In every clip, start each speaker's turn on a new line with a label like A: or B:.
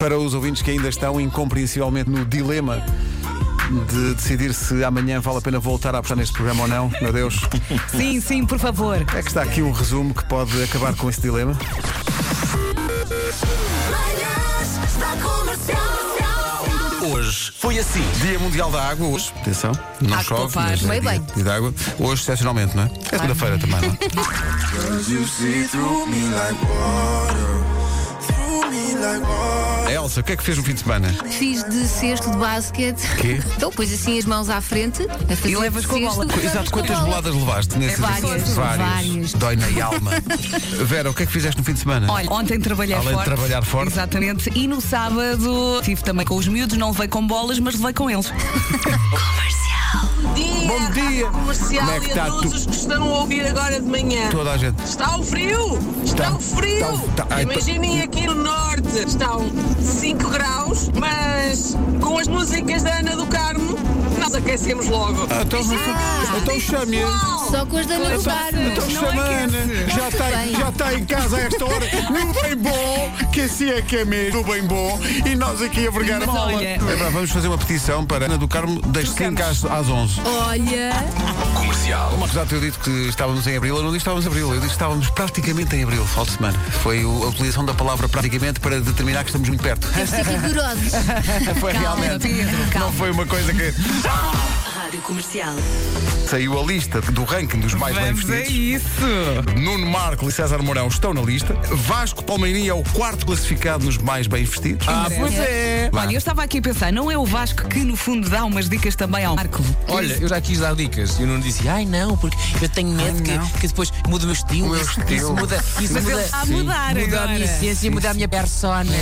A: Para os ouvintes que ainda estão incompreensivelmente no dilema de decidir se amanhã vale a pena voltar a apostar neste programa ou não, meu Deus,
B: Sim, sim, por favor.
A: é que está aqui um resumo que pode acabar com esse dilema.
C: Manhãs da Comercial.
D: Hoje foi assim. Dia Mundial da Água, hoje. Atenção, não
B: Há que
D: chove,
B: poupar.
D: mas é
B: Meio
D: dia,
B: bem.
D: dia da água. Hoje, excepcionalmente, não é? É segunda-feira também, não é?
E: You see through me like water, through me like water.
D: A Elsa, o que é que fez no fim de semana?
F: Fiz de cesto de basquete.
D: Quê?
F: Então pus assim as mãos à frente. A fazer
B: E levas com a
F: cesto.
B: bola.
F: Levas
D: Exato,
F: com
D: quantas
F: a bola.
D: boladas levaste nesse
B: É várias,
D: exercício?
F: várias.
D: Dói na alma. Vera, o que é que fizeste no fim de semana?
B: Olha, ontem trabalhei
D: Além de
B: forte.
D: trabalhar forte.
B: Exatamente. E no sábado estive também com os miúdos, não levei com bolas, mas levei com eles.
D: Bom dia!
G: comercial
D: Como é que
G: e
D: está
G: a todos
D: tu-
G: os que estão a ouvir agora de manhã.
D: Toda a gente.
G: Está o frio! Está,
D: Está,
G: o frio!
D: está, está. Tá, Ai,
G: Imaginem aqui no norte, estão 5 graus, mas com as músicas da Ana do Carmo, nós aquecemos logo.
D: Ah, Então, então chame
F: Só com as da Ana do Carmo.
D: Então chama a Ana. Já está,
F: bem.
D: já está em casa a esta hora. No bem bom, que assim é que é mesmo. No bem bom. E nós aqui a vergar
B: Mas
D: mola.
B: olha-
D: É verdade, vamos fazer uma petição para Ana do Carmo das 5 às, às 11.
F: Olha,
D: Apesar de eu dito que estávamos em abril, eu não disse que estávamos em abril, eu disse que estávamos praticamente em abril, falta semana. Foi o- a utilização da palavra praticamente para determinar que estamos muito perto.
F: temos de ser rigorosos.
D: Foi
F: Calma,
D: realmente.
B: Pedro, calma.
D: Não foi uma coisa que. Rádio Comercial. Saiu a lista do ranking dos mais bem vestidos.
B: isso.
D: Nuno Marco e César Mourão estão na lista. Vasco Palmeirinho é o quarto classificado nos mais bem vestidos. Ah,
B: pois
D: é.
B: Olha, eu estava aqui a pensar, não é o Vasco que no fundo dá umas dicas também ao Marco?
H: Olha, eu já quis dar dicas. E o Nuno disse, ai não, porque eu tenho medo que, que depois mude o meu estilo.
D: O meu
H: isso,
D: estilo.
H: isso muda, isso
B: Mas ele
H: muda,
B: está a mudar
H: muda a
B: agora.
H: minha essência, muda a minha persona.
D: É,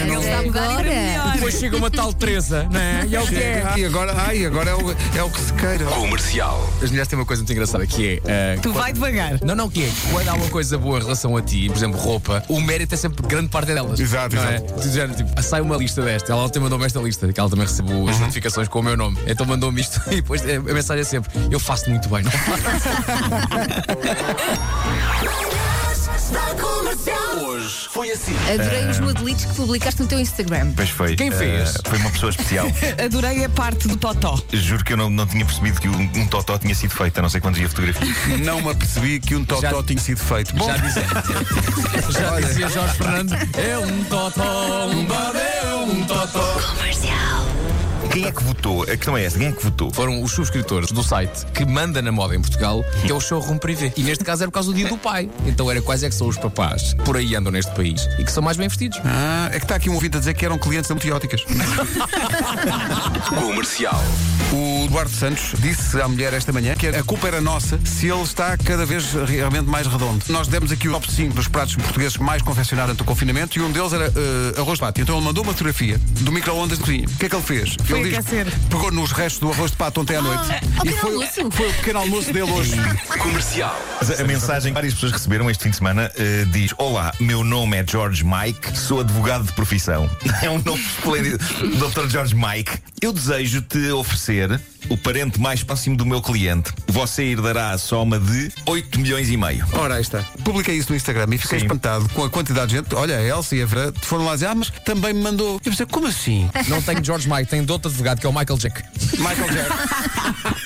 D: é,
B: Ele
D: não-
B: está a mudar e para
F: Agora.
B: melhor.
H: Depois chega uma tal Teresa, não é? E é o que é.
D: E agora, ai, agora é o, é o que se queira.
H: As mulheres têm uma coisa muito engraçada que é. ah,
B: Tu vai devagar.
H: Não, não, que é. Quando há uma coisa boa em relação a ti, por exemplo, roupa, o mérito é sempre grande parte delas.
D: Exato,
H: não
D: exato.
H: É? Do género, tipo, sai uma lista desta, ela ontem mandou-me esta lista, que ela também recebeu as notificações com o meu nome. Então mandou-me isto e depois é, a mensagem é sempre: eu faço muito bem, não faço?
C: Manhãs da Comercial.
F: Adorei os modelitos que publicaste no teu Instagram.
I: Pois foi.
H: Quem
I: Eh,
H: fez?
I: foi uma pessoa especial.
B: Adorei a parte do Totó.
I: Juro que eu não, não tinha percebido que um, um totó tinha sido feito, a não ser quando vi a fotografia.
D: Não me apercebi que um totó tinha sido feito. Bom,
H: Já dizia, já dizia Jorge Fernando: é um totó, um badeu, um totó.
I: Quem é que votou? A questão é essa, quem é que votou?
H: foram os subscritores do site que manda na moda em Portugal, que é o showroom privê. E neste caso era por causa do dia do pai. Então era quais é que são os papás que por aí andam neste país e que são mais bem vestidos.
D: ah, é que está aqui um ouvinte a dizer que eram clientes da Multióticas.
E: Comercial.
D: O Eduardo Santos disse à mulher esta manhã que a culpa era nossa se ele está cada vez realmente mais redondo. Nós demos aqui o top 5 dos pratos portugueses mais confeccionados durante o confinamento e um deles era eh, arroz de pato. Então ele mandou uma fotografia do micro-ondas de cozinha. O que é que ele fez?
B: Foi
D: ele
B: aquecer.
D: pegou nos restos do arroz de pato ontem à noite.
F: Ah, ao
D: e
F: pequeno
D: foi,
F: almoço.
D: foi o pequeno almoço dele hoje.
E: Comercial.
I: Mas a, a mensagem que várias pessoas receberam este fim de semana eh, diz: Olá, meu nome é George Mike, sou advogado de profissão. É um nome esplêndido. Dr. George Mike, eu desejo te oferecer o parente mais próximo do meu cliente. Você herdará a soma de 8 milhões e meio.
D: Ora, aí está. Publiquei isso no Instagram e fiquei
I: Sim.
D: espantado com a quantidade de gente. Olha, a Elsa e a Vera foram lá dizer, ah, mas também me mandou. Eu pensei, como assim?
H: Não tenho George Mike, tenho de outro advogado que é o Michael Jack.
D: Michael Jackson.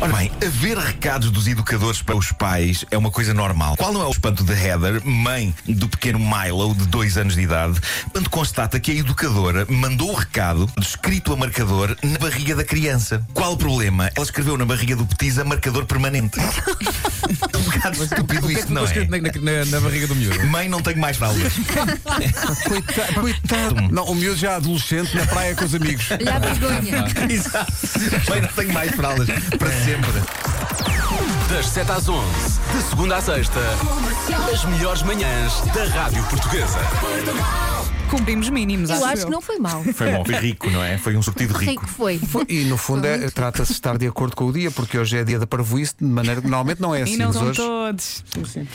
I: Ora bem, haver recados dos educadores para os pais é uma coisa normal. Qual não é o espanto de Heather, mãe do pequeno Milo, de dois anos de idade, quando constata que a educadora mandou o recado escrito a marcador na barriga da criança? Qual o problema? Ela escreveu na barriga do petis a marcador permanente. É um bocado
H: O
I: estúpido
H: que é que
I: isto,
H: ficou
I: não
H: escrito
I: é?
H: na, na- na barriga do miúdo?
I: Mãe, não tenho mais fraldas.
D: Coitado. coitado. Não, o miúdo já adolescente na praia com os amigos.
F: Olha a vergonha.
I: Exato. Mãe, não tenho mais fraldas. Para sempre.
J: Das 7 às 11, de segunda à sexta, as melhores manhãs da Rádio Portuguesa.
C: Portugal.
B: Cumprimos mínimos,
F: Eu
B: acho,
F: acho que não foi mal.
I: Foi bom, foi rico, não é? Foi um sortido rico.
F: Rico foi.
D: E no fundo é- trata-se de estar de acordo com o dia, porque hoje é dia da parvoíce, de maneira que normalmente não é assim,
B: E não
D: mas
B: são
D: hoje.
B: todos.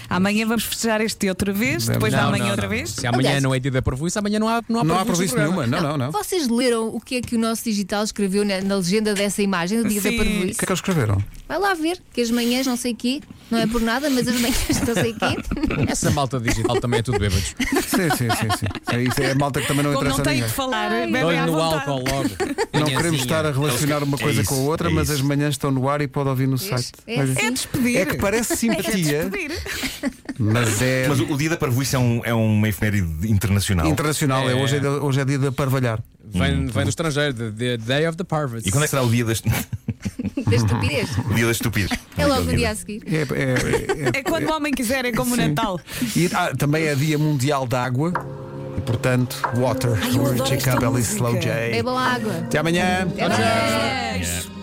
B: Amanhã vamos festejar este dia outra vez, depois da
H: Não,
B: amanhã
H: não,
B: outra
H: não.
B: vez.
H: Se amanhã
F: Aliás-
H: não é dia da parvoíce, amanhã não há, não há,
D: Não há
H: parvoíce
D: previsto
H: no
D: nenhuma,
H: programa.
D: não, não, não. O
F: Vocês leram o que é que o nosso digital escreveu na, na legenda dessa imagem do dia
B: Sim.
F: da
D: que
F: parvoíce?
D: é que eles escreveram?
F: Vai lá ver, que as manhãs não sei quê, não é por nada, mas as manhãs não sei quê.
H: Essa malta digital também é tudo bêbados.
D: Sim, sim, sim. sim. É, isso é a malta que também não
B: Como
D: interessa
B: não
D: a
B: tem de
D: ninguém.
B: falar, bebem
H: Olhem
B: à
H: no
B: vontade.
H: álcool logo.
D: Não queremos estar a relacionar uma
I: assim, É
D: coisa com a
I: isso,
D: outra,
I: é
D: mas
I: isso.
D: as manhãs estão no ar e pode ouvir no site.
F: é
D: Olha.
F: assim.
B: É despedir.
D: É que parece simpatia,
B: despedir.
D: mas é
I: Mas o, o dia da parvoíce é, um, é uma efeméride internacional.
D: internacional. É. Hoje, é, dia- hoje é dia de parvalhar.
H: Vem, vem do estrangeiro, the, the Day of the Parvots.
I: E quando é que será o dia das,
F: Da estupidez.
I: o dia das estupidez?
F: É logo no dia a seguir.
D: É- é- é-
B: É quando o homem quiser, é como o Natal.
D: e, ah, também é dia mundial da água. E, portanto, water.
B: eu adoro
D: Jacob
B: esta
D: Ellis
B: música.
D: Slow J.
F: Bebam água.
D: Até amanhã.
F: Até amanhã.
B: É.